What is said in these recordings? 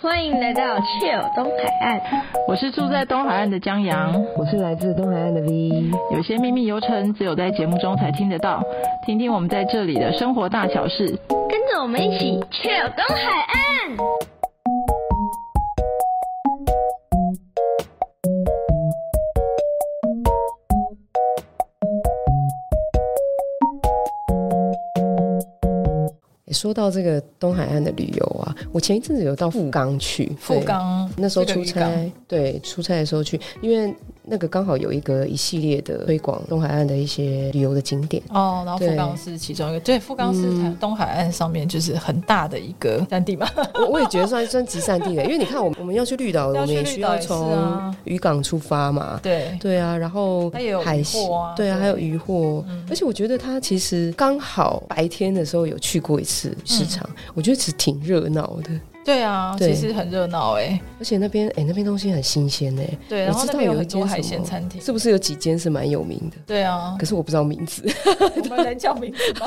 欢迎来到 Chill 东海岸，我是住在东海岸的江阳，我是来自东海岸的 V，有些秘密游程只有在节目中才听得到，听听我们在这里的生活大小事。跟着我们一起 Chill 东海岸。说到这个东海岸的旅游啊，我前一阵子有到富冈去，富冈对那时候出这个渔差，对，出差的时候去，因为那个刚好有一个一系列的推广东海岸的一些旅游的景点。哦，然后对富冈是其中一个，对，富冈是台东海岸上面就是很大的一个山 地嘛，我我也觉得算算集散地了，因为你看我们我们要去绿岛，我要们去也绿需岛要也是从啊，渔港出发嘛。对，对啊，然后它也有海渔鲜获啊对啊，对嗯还有渔获，而且我觉得它其实刚好白天的时候有去过一次市场，嗯我觉得其实挺热闹的，对啊，对其实很热闹哎，而且那边哎、那边东西很新鲜哎、对，我然后知那道边有一很多间海什鲜么餐厅，是不是有几间是蛮有名的？对 啊，可是我不知道名 字，我们能叫名字吗？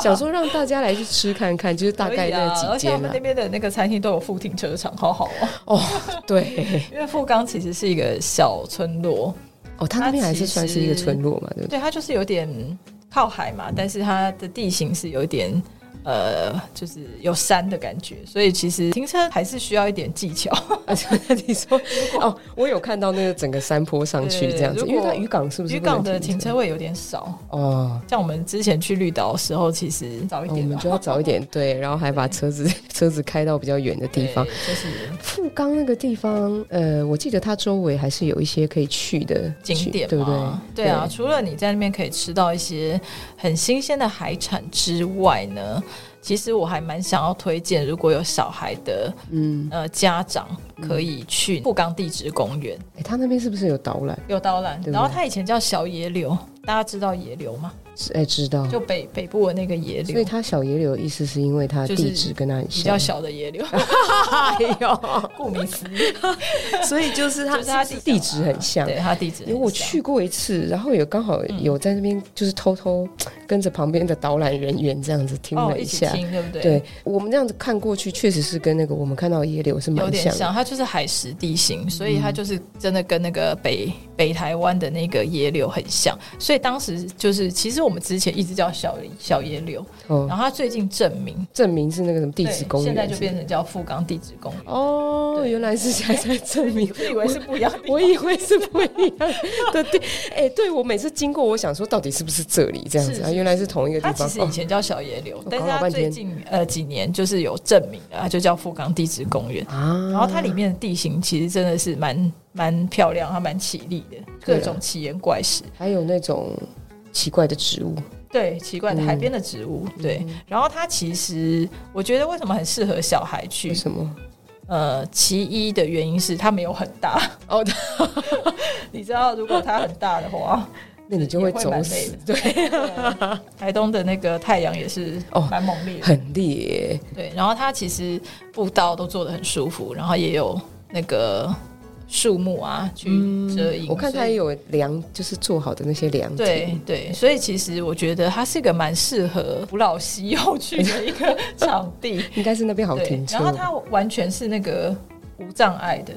想说让大家来去吃看看，就是大概可以啊那而几且他间们啊那。边的那个餐厅都有附停车场，好好哦。哦，对，因为富冈其实是一个小村落， 哦，它那边还是算是一个村落嘛，对不对？对，它就是有点靠海嘛，但是它的地形是有点。呃，就是有山的感觉，所以其实停车还是需要一点技巧。而 且你说，哦，我有看到那个整个山坡上去对这样子，如因果为它渔港是不是渔不能港的停车车？位有点少，哦，像我们之前去绿岛的时候，其实早一哦我点们吧。就要早一点 对，然后还把车子车子开到比较远的地方对。就是富冈那个地方，呃，我记得它周围还是有一些可以去的景点对不对嘛？对啊，除了你在那边可以吃到一些很新鲜的海产之外呢，其实我还蛮想要推荐，如果有小孩的嗯，呃家长可以去富冈地质公园哎，它那边是不是有导览？有导览，对然后它以前叫小野柳，大家知道野柳吗？哎，知道。就北北部的那个野所以柳，它小野柳的意思是因为它就是地址跟它很比较像，小的 野柳，哎呦，顾名思义， 所以就是它就是它是不是地址地址很像。对，嗯它地址。因为我去过一次，然后也刚好有在那边，就是偷偷跟着旁边的导览人员这样子听哦，了一起下。听，对不对？对我们这样子看过去，确实是跟那个我们看到的野柳是有蛮点像的。像，它就是海蚀地形，所以它就是真的跟那个北北台湾的那个野柳很像，所以当时就是其实我们之前一直叫小小野柳，哦然，后它最近证明证明是那个什么地对址公园现是在不是，就变成叫富冈地质公 园，哦，对原来是现在在证明。我以为是不一样的地方，我以为是不一样的地， 哎、对我每次经过，我想说到底是不是这里这样子是啊？是原来是同一个地它方。哦其实以前叫小野柳，但是搞了它半最天近呃几年就是有证明了，它就叫富冈地质公园。啊，然后它里面的地形其实真的是蛮蛮漂亮，它蛮绮丽的，对各啊种奇岩怪石。还有那种奇怪的植物，对，奇怪嗯的海边的植物，对。然后它其实，我觉得为什么很适合小孩去为？什么？呃，其一的原因是它没有很大， 哦， 你知道，如果它很大的话，那你就会也走蛮累死的，对，台东的那个太阳也是哦蛮猛烈的，很烈。对。然后它其实步道都做的很舒服，然后也有那个树木啊去遮阴、嗯我看它所以也有凉，就是做好的那些凉对亭。对，所以其实我觉得它是一个蛮适合古老西游去的一 个场地。应该是那边好对停，车哦然。后它完全是那个无障碍的，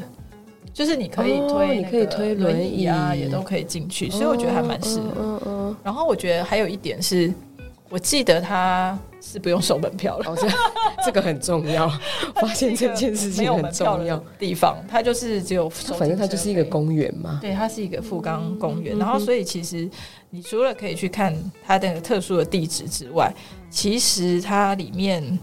就是你可以哦推、那个你可以推轮轮椅啊，椅也都可以进去，所以我觉得还蛮适合。嗯嗯嗯然后我觉得还有一点是，我记得它是不用收门票了。哦，这这个很重要，发现 这件事没情有很门票重的要。地方，它就是只有收反正它停车就是一个费公嗯园嘛。对，它是一个富冈公园，然后所以其实你除了可以去看它的特殊的地址之外，其实它里面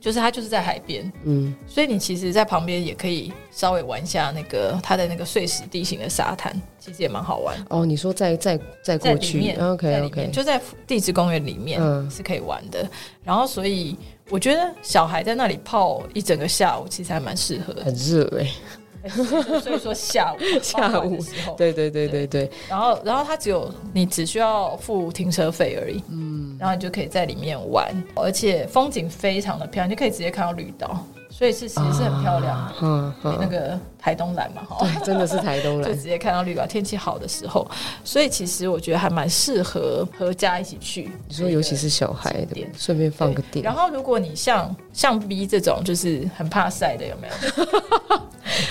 就是它就是在海边，嗯，所以你其实，在旁边也可以稍微玩一下那个它的那个碎石地形的沙滩，其实也蛮好玩。哦，你说再再在再过里去面，OK 在里 OK，面就在地质公园里面嗯是可以玩的。然后，所以我觉得小孩在那里泡一整个下午，其实还蛮适合的。很热哎， 所以说 下午下傍晚午的时候，对对对对对，然后然后它只有你只需要付停车费而已，嗯，然后你就可以在里面玩，而且风景非常的漂亮，你就可以直接看到绿岛，所以是其实是很漂亮的。嗯那嗯，个台东蓝嘛，哈，对，真的是台东就 来直，接看到绿岛。天气好的时候，所以其实我觉得还蛮适合合家一起去。你说尤其是小孩对不对点顺便放个电然，后如果你像像 B 这种就是很怕晒的，有没有？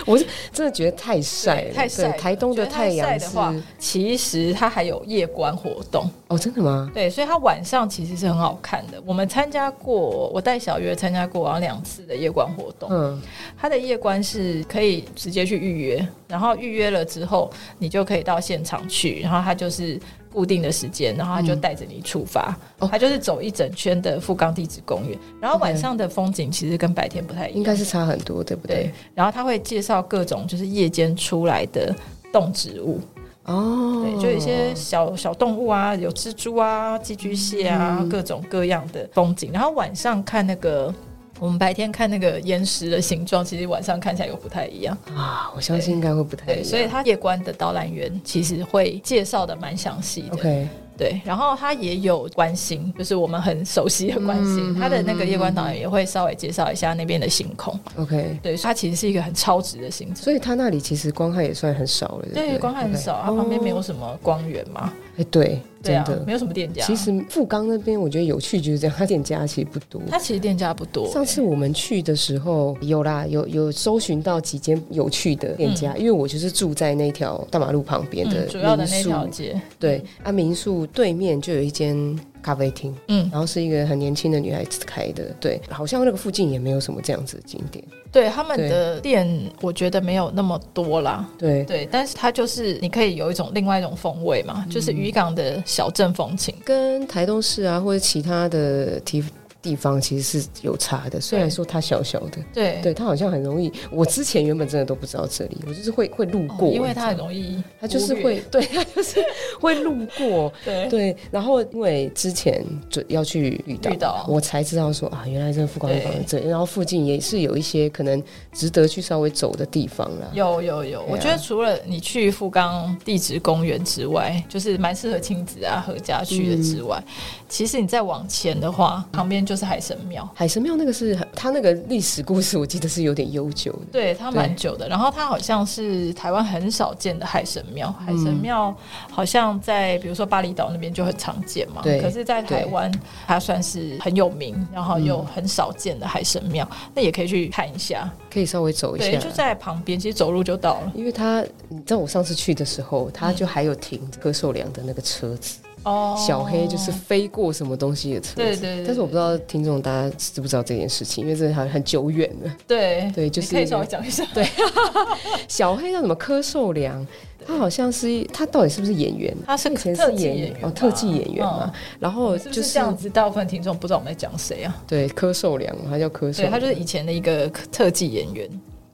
我是真的觉得太晒了，太晒了对，台东的太觉得太晒阳的是话其实它还有夜观活动，哦，真的吗？对，所以它晚上其实是很好看的。我们参加过，我带小月参加过好像两次的夜观活动。嗯，它的夜观是可以直接去预约，然后预约了之后，你就可以到现场去，然后它就是固定的时间，然后它就带着你出发，哦它就是走一整圈的富冈地质公园，然后晚上的风景其实跟白天不太一样，应该是差很多，对不对对？，然后它会介绍各种就是夜间出来的动植物，哦，对，就有一些小小动物啊，有蜘蛛啊、寄居蟹啊，嗯各种各样的风景。然后晚上看那个，我们白天看那个岩石的形状，其实晚上看起来又不太一样。啊，我相信应该会不太一对，样，所以它夜观的导览员其实会介绍的蛮详细的。 OK，对，然后它也有关心，就是我们很熟悉的关嗯心，它的那个夜观导览员也会稍微介绍一下那边的星空。 OK，对，所以它其实是一个很超值的行程。所以他那里其实光害也算很少了，对不对，对，光害很少，它 OK 旁边没有什么光源嘛，哎，对，对真啊，的没。有什么店家。其实富冈那边我觉得有趣就是这样，它店家其实不多。它其实店家不多，上次我们去的时候，有啦，有有搜寻到几间有趣的店家，因为我就是住在那条大马路旁边的、嗯主要的那条，街，对，啊，民宿对面就有一间咖啡厅，嗯，然后是一个很年轻的女孩子开的，对，好像那个附近也没有什么这样子的景点，对他们的店，我觉得没有那么多啦。对，对，但是它就是你可以有一种另外一种风味嘛，嗯就是渔港的小镇风情。跟台东市啊或者其他的地地方其实是有差的，虽然说它小小的，对对，它好像很容易，我之前原本真的都不知道这里，我就是会会路哦过，因为它很容易忽略，他就是会， 对他就是会路过，对对。然后因为之前准要去绿岛，绿岛我才知道说啊，原来这个富冈港在这里，然后附近也是有一些可能值得去稍微走的地方啦。有有有，我对啊觉得除了你去富冈地质公园之外，就是蛮适合亲子啊、合家去嗯的之外，其实你再往前的话，旁边就是海神庙。海神庙那个是它那个历史故事，我记得是有点悠久的。对，它蛮久的。然后它好像是台湾很少见的海神庙，海嗯神庙好像在比如说巴厘岛那边就很常见嘛。对嗯可是，在台湾它算是很有名，然后又很少见的海神庙，那也可以去看一下。可以稍微走一对，下就。在旁边，其实走路就到了。因为它，你知道我上次去的时候，它就还有停柯受良的那个车子，嗯哦小黑就是飞过什么东西的车子。对对对但是我不知道听众大家知不知道这件事情，因为这好像很久远了。对对就是你可以稍微讲一下。对，小黑叫什么柯受良，他好像是他到底是不是演员？他是以前特是技演演员员哦，吧嗯特技演员嘛。然后是就不是这样子？大部分听众不知道我们在讲谁啊？对柯受良，他叫柯受对，良，他就是以前的一个特技演员。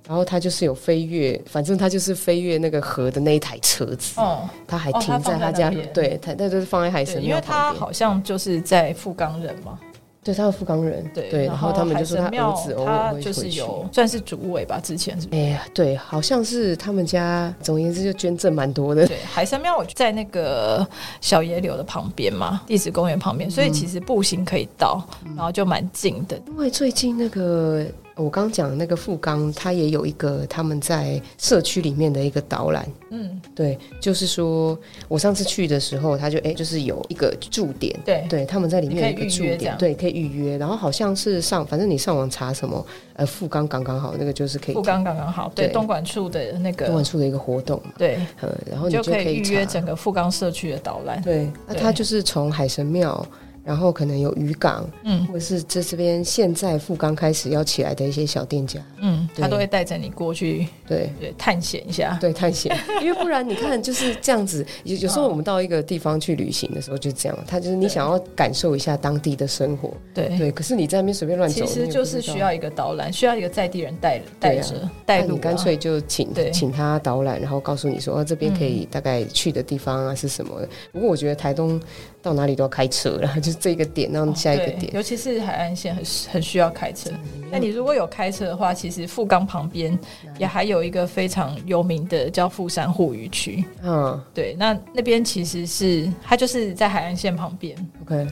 然后他就是有飞跃，反正他就是飞跃那个河的那一台车子，哦，他还哦停他放他在家那，边对，他那就是放在海对，神因为庙他旁边。好像就是在富冈人嘛。对，他是富冈人，对，然后他们就说他海神庙儿子偶尔他会就是回去。有算是主委吧，之前是不哎是？呀，对，好像是他们家，总而言之就捐赠蛮多的。对，海神庙我在那个小野柳的旁边嘛，地质公园旁边，所以嗯其实步行可以到，然后就蛮近的。因为最近那个我刚讲那个富冈，它也有一个他们在社区里面的一个导览。嗯，对，就是说我上次去的时候，他就哎、就是有一个驻点。对，对，他们在里面有一你可以个预驻约这点，样对，可以预约。然后好像是上，反正你上网查什么，呃，富冈刚刚好，那个就是可以富冈刚刚好，对，对东莞处的那东莞个，处的一个活动嘛。对，呃，然后你就可可以以预约查整个富冈社区的导览。对，那对它就是从海神庙，然后可能有渔港，嗯或者是这这边现在富冈开始要起来的一些小店家，嗯，他对都会带着你过去对。对探险一下。对，探险， 因为不然你看就是这样子。有有时候我们到一个地方去旅行的时候就是这样，它就是你想要感受一下当地的生活，对。对。可是你在那边随便乱走，哎其实你也不就是知道需要一个导览，需要一个在地人带带对啊着那带路你啊，干脆就请对嗯请他导览，然后告诉你说、啊、这边可以大概去的地方啊是什么的。不过我觉得台东到哪里都要开车，然后 就是这个点到下一个哦对点，尤其是海岸线很很需要开车。那你如果有开车的话，其实富鹿港旁边也还有一个非常有名的叫富山护渔区。嗯对，那那边其实是它就是在海岸线旁边。 ，OK。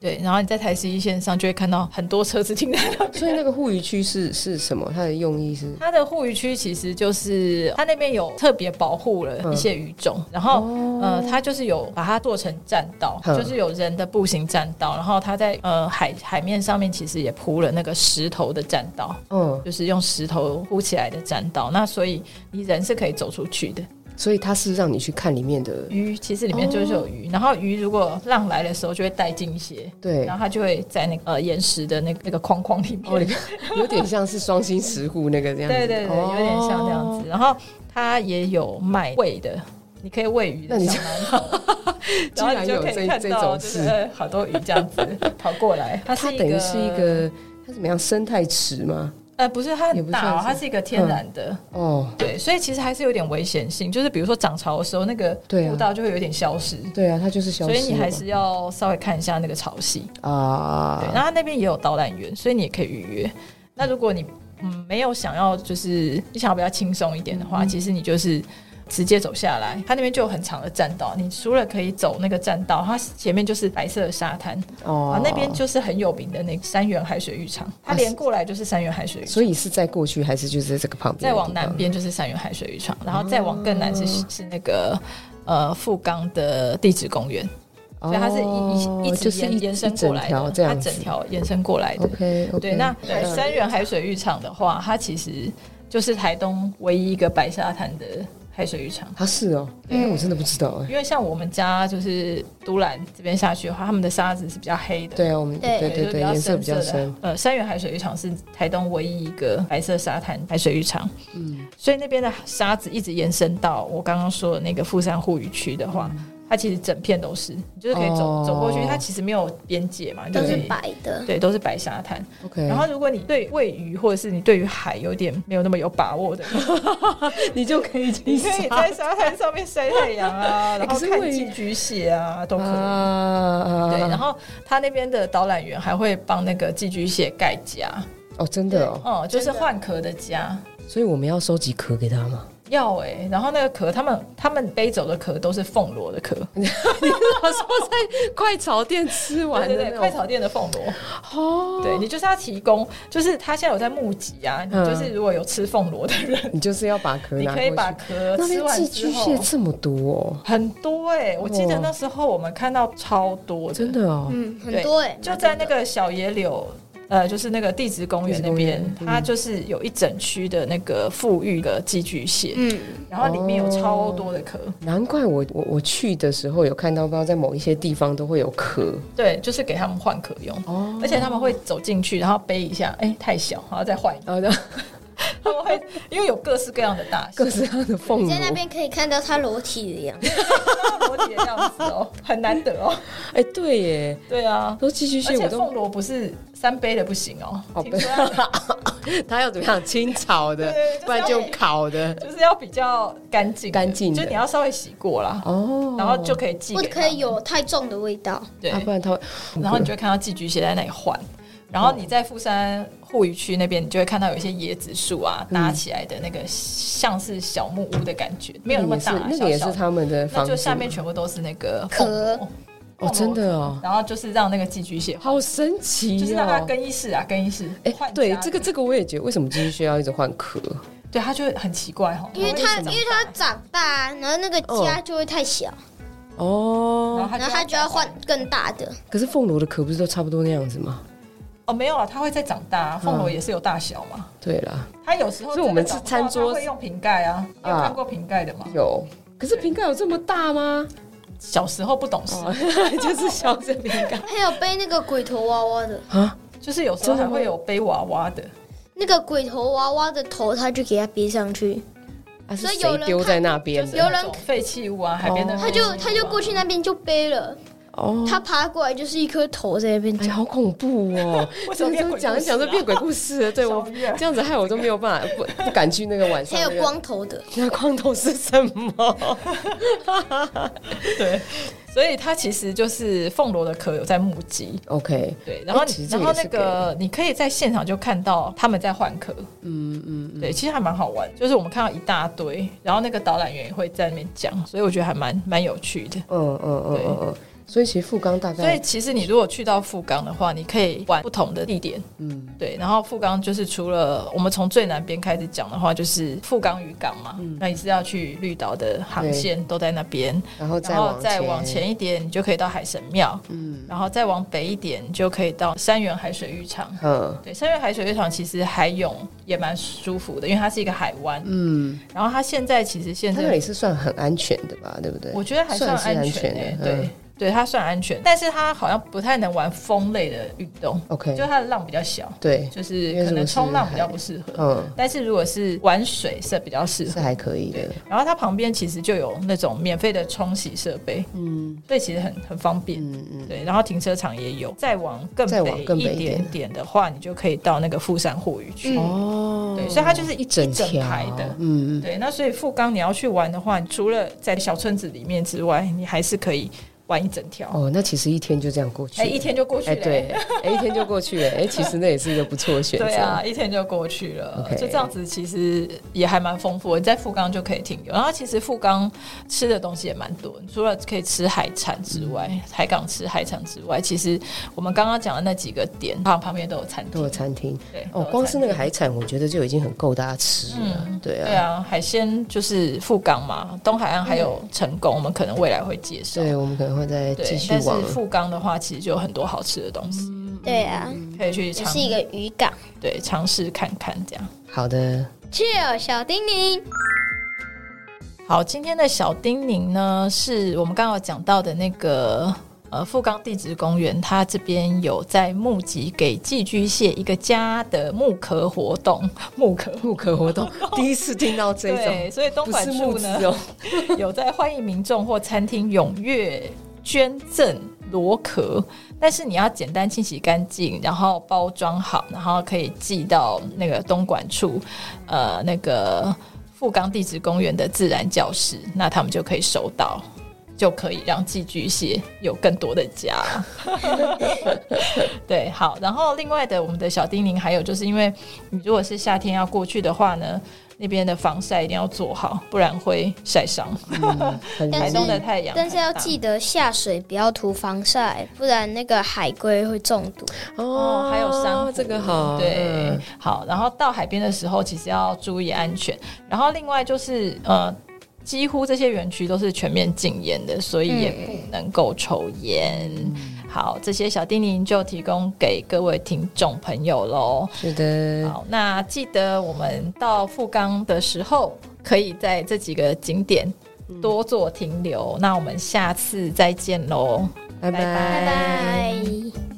对，然后你在台十一线上就会看到很多车子停在那边。所以那个护渔区是是什么？它的用意是 它的护渔区其实就是它那边有特别保护了一些鱼种，然后、呃，它就是有把它做成栈道，哦嗯就是有人的步行栈道，然后它在呃海海面上面其实也铺了那个石头的栈道，嗯，就是用石头铺起来的栈道。那所以你人是可以走出去的。所以它是让你去看里面的，鱼其实里面就是有鱼，然后鱼如果浪来的时候就会带进一些，对然，后它就会在那个呃岩石的那个那个框框里面，哦，你看有点像是双星石户那个这样子，对对对，哦有点像这样子。。然后它也有卖喂的，你可以喂鱼那的你小馒头，然后你就可 竟然有这以看这到种就事是呃好多鱼这样子跑过来。它 它是等于是一个，它怎么样生态池吗？呃，不是它也很不大、算哦，是它是一个天然的，哦，对，所以其实还是有点危险性，就是比如说涨潮的时候，那个对啊步道就会有点消失。对啊，它就是消所失了以嘛，你还是要稍微看一下那个潮汐，对，然啊，后它那边也有导览员，所以你也可以预约。那如果你嗯没有想要，就是你想要比较轻松一点的嗯话，其实你就是直接走下来，它那边就有很长的栈道。你除了可以走那个栈道，它前面就是白色的沙滩啊哦，，那边就是很有名的那个三元海水浴场，它啊连是过来就是三元海水浴场。所以是在过去还是就是在这个旁边？再往南，边就是三元海水浴场，然后再往更南是哦是那个呃富冈的地质公园，哦所以它是一一一就直是延一延伸一过整来条的，这它样子整条延伸过来的。 OK，对，那海三元海水浴场的话，它其实就是台东唯一一个白沙滩的海水浴场。它是哦，嗯哎，我真的不知道哎。因为像我们家就是都兰这边下去的话，他们的沙子是比较黑的，对啊，我们对就是对对，颜色比较深的。。呃，三元海水浴场是台东唯一一个白色沙滩海水浴场，嗯，所以那边的沙子一直延伸到我刚刚说的那个富山护渔区的话。它其实整片都是，你就是可以走、嗯哦走过去，它其实没有边界嘛，你就都可是以白的。对，都是白沙滩。 OK，然后，如果你对喂鱼或者是你对于海有点没有那么有把握的， 你就可以去哎你可以在沙滩上面晒太阳 啊，然可后是看喂鱼寄居蟹啊，都可以。啊，对，然后后他那边的导览员还会帮那个寄居蟹盖家，哦，真的哦，哦、就是换壳的家。所以我们要收集壳给他吗？要哎、然后那个壳，他们他们背走的壳都是凤螺的壳，我说在快炒店吃对完对的对，那快种炒店的凤螺。哦，对你就是要提供，就是他现在有在募集啊，你嗯就是如果有吃凤螺的人，你就是要把壳你拿可以把过去。壳那吃边完寄之居后蟹，哦这么多哦，很多哎、我记得那时候我们看到超多的，真的哦，嗯，很对多哎、就在那个小野柳。呃，就是那个地质公园那边地质公园，嗯它就是有一整区的那个富裕的寄居蟹，嗯，然后里面有超多的壳，难怪我我我去的时候有看到，不知道在某一些地方都会有壳对，就是给他们换壳用。哦，而且他们会走进去，然后背一下，哎、太小，然后再换一个。 然后就他们会因为有各式各样的大小各，式各样的凤你螺在，那边可以看到它裸体的样子。罗姐这样子哦，很难得哦。哎，对耶，对啊，都寄居而蟹且我都凤螺不是三杯的不行哦，哦听说 要 它要怎么样清炒对的对对就是，不然要就烤的就是要比较干净的，干净就的你要稍微洗过啦，哦，然后就可以寄不给他可们以有太重的味道。对啊，，不然它会，然后你就会看到寄居蟹在那里换，然嗯后你在富山护渔区那边，你就会看到有一些椰子树啊嗯搭起来的那个像是小木屋的感觉，没有那么大，那个也是那个也小小是的他们的那房就子，下面全部都是那个壳凤螺哦，真的哦，然后就是让那个寄居蟹，好神奇哦！就是让它更衣室啊，更衣室哎、换家对这个这个我也觉得，为什么寄居蟹要一直换壳？对它就会很奇怪哈，因为它因为它长大，然后那个家就会太小，哦，它然后它就要换更大的。可是凤螺的壳不是都差不多那样子吗？哦没有啊，它会再长大，凤螺也是有大小嘛。对啦，它有时候嗯所以我们真的找不到吃餐桌它会用瓶盖啊，你有啊看过瓶盖的吗？有。可是瓶盖有这么大吗？小时候不懂事，哦， 就是小这瓶盖还有背那个鬼头娃娃的，啊，就是有时候真的还吗会有背娃娃的，那个鬼头娃娃的头，它就给它别上去，啊是所以有谁人丢在那边就是的？有人那种废弃物啊，海边的废它弃物就啊，！它就过去那边就背了，哦，它爬过来就是一颗头在那边哎，好恐怖 哦为什这么个变鬼故事这样讲一讲就啊变鬼故事了，对我小月这样子害我都没有办法不不敢去那个嗯晚上还有那个光头的， 那光头是什么？ 对，所以它其实就是凤螺的壳有在募集， OK，哎对，然后哦其你实这然也后是那给个你可以在现场就看到他们在换壳，嗯嗯，嗯对，其实还蛮好玩，就是我们看到一大堆，然后那个导览员也会在那边讲，所以我觉得还蛮蛮有趣的。嗯嗯嗯嗯嗯，所以其实富冈大所以概，其实你如果去到富冈的话，你可以玩不同的地点，嗯对。然后富冈就是除了我们从最南边开始讲的话，就是富冈渔港嘛，嗯那你是要去绿岛的航线都在那边，然后再然后往再往前一点，你就可以到海神庙，嗯然后再往北一点，你就可以到山原海水浴场。嗯对，山原海水浴场其实海泳也蛮舒服的，因为它是一个海湾。嗯，然后它现在其实现它在那里是算很安全的吧，对不对？我觉得还算算是安安全全的诶、嗯对对，它算安全，但是它好像不太能玩风类的运动， OK，就它的浪比较小，对，就是因为可能如果是冲浪比较不适合。嗯，但是如果是玩水是比较适是合，还可以的，然后它旁边其实就有那种免费的冲洗设备，嗯所以其实很很方便。嗯嗯，对，然后停车场也有。再往更再往更北北一一点点点的话，你就可以到那个富山护渔区。哦对，所以它就是一一整整条排的，嗯嗯对，那所以富冈你要去玩的话，你除了在小村子里面之外，你还是可以玩一整条。哦，那其实一天就这样过去哎、了，一天就过去了、哎对，哎一天就过去了，哎其实那也是一个不错的选对啊，择，一天就过去了 OK 就这样子，其实也还蛮丰富的。你在富冈就可以停留，然后其实富冈吃的东西也蛮多，除了可以吃海产之嗯外，海港吃海产之外，其实我们刚刚讲的那几个点，它旁边都有餐都厅有。餐厅对，啊哦，光是那个海产，我觉得就已经很够大家吃了，对对啊，啊，海鲜就是富冈嘛，东海嗯岸还有成功，我们可能未来会介绍。对，我们可能会再继对，续但是往嗯富冈的话，其实就有很多好吃的东西，对啊，可以去也尝是一个渔港。对尝试看看这样。好的， Cheer 小叮咛，好，今天的小叮咛呢，是我们刚刚有讲到的那个呃富冈地质公园，它这边有在募集给寄居蟹一个家的木壳活动，木壳。木可活动，第一次听到这 种，对，所以东不莞是处木呢子，哦， 有在欢迎民众或餐厅踊跃捐赠螺壳，但是你要简单清洗干净，然后包装好，然后可以寄到那个东莞处，呃，那个富冈地质公园的自然教室，那他们就可以收到。就可以让寄居蟹有更多的家。 对，好。然后另外的，我们的小叮咛还有就是，因为你如果是夏天要过去的话呢，那边的防晒一定要做好，不然会晒伤。很但台是东的太阳，但是要记。得下水不要涂防晒，不然那个海龟会中毒。哦，还有珊瑚，这个好，对嗯，好。然后到海边的时候，其实要注意安全。然后另外就是，呃，几乎这些园区都是全面禁烟的，所以也不能够抽烟。嗯好，这些小叮咛就提供给各位听众朋友喽。是的，好，那记得我们到富冈的时候，可以在这几个景点嗯多做停留。那我们下次再见喽，拜拜拜拜。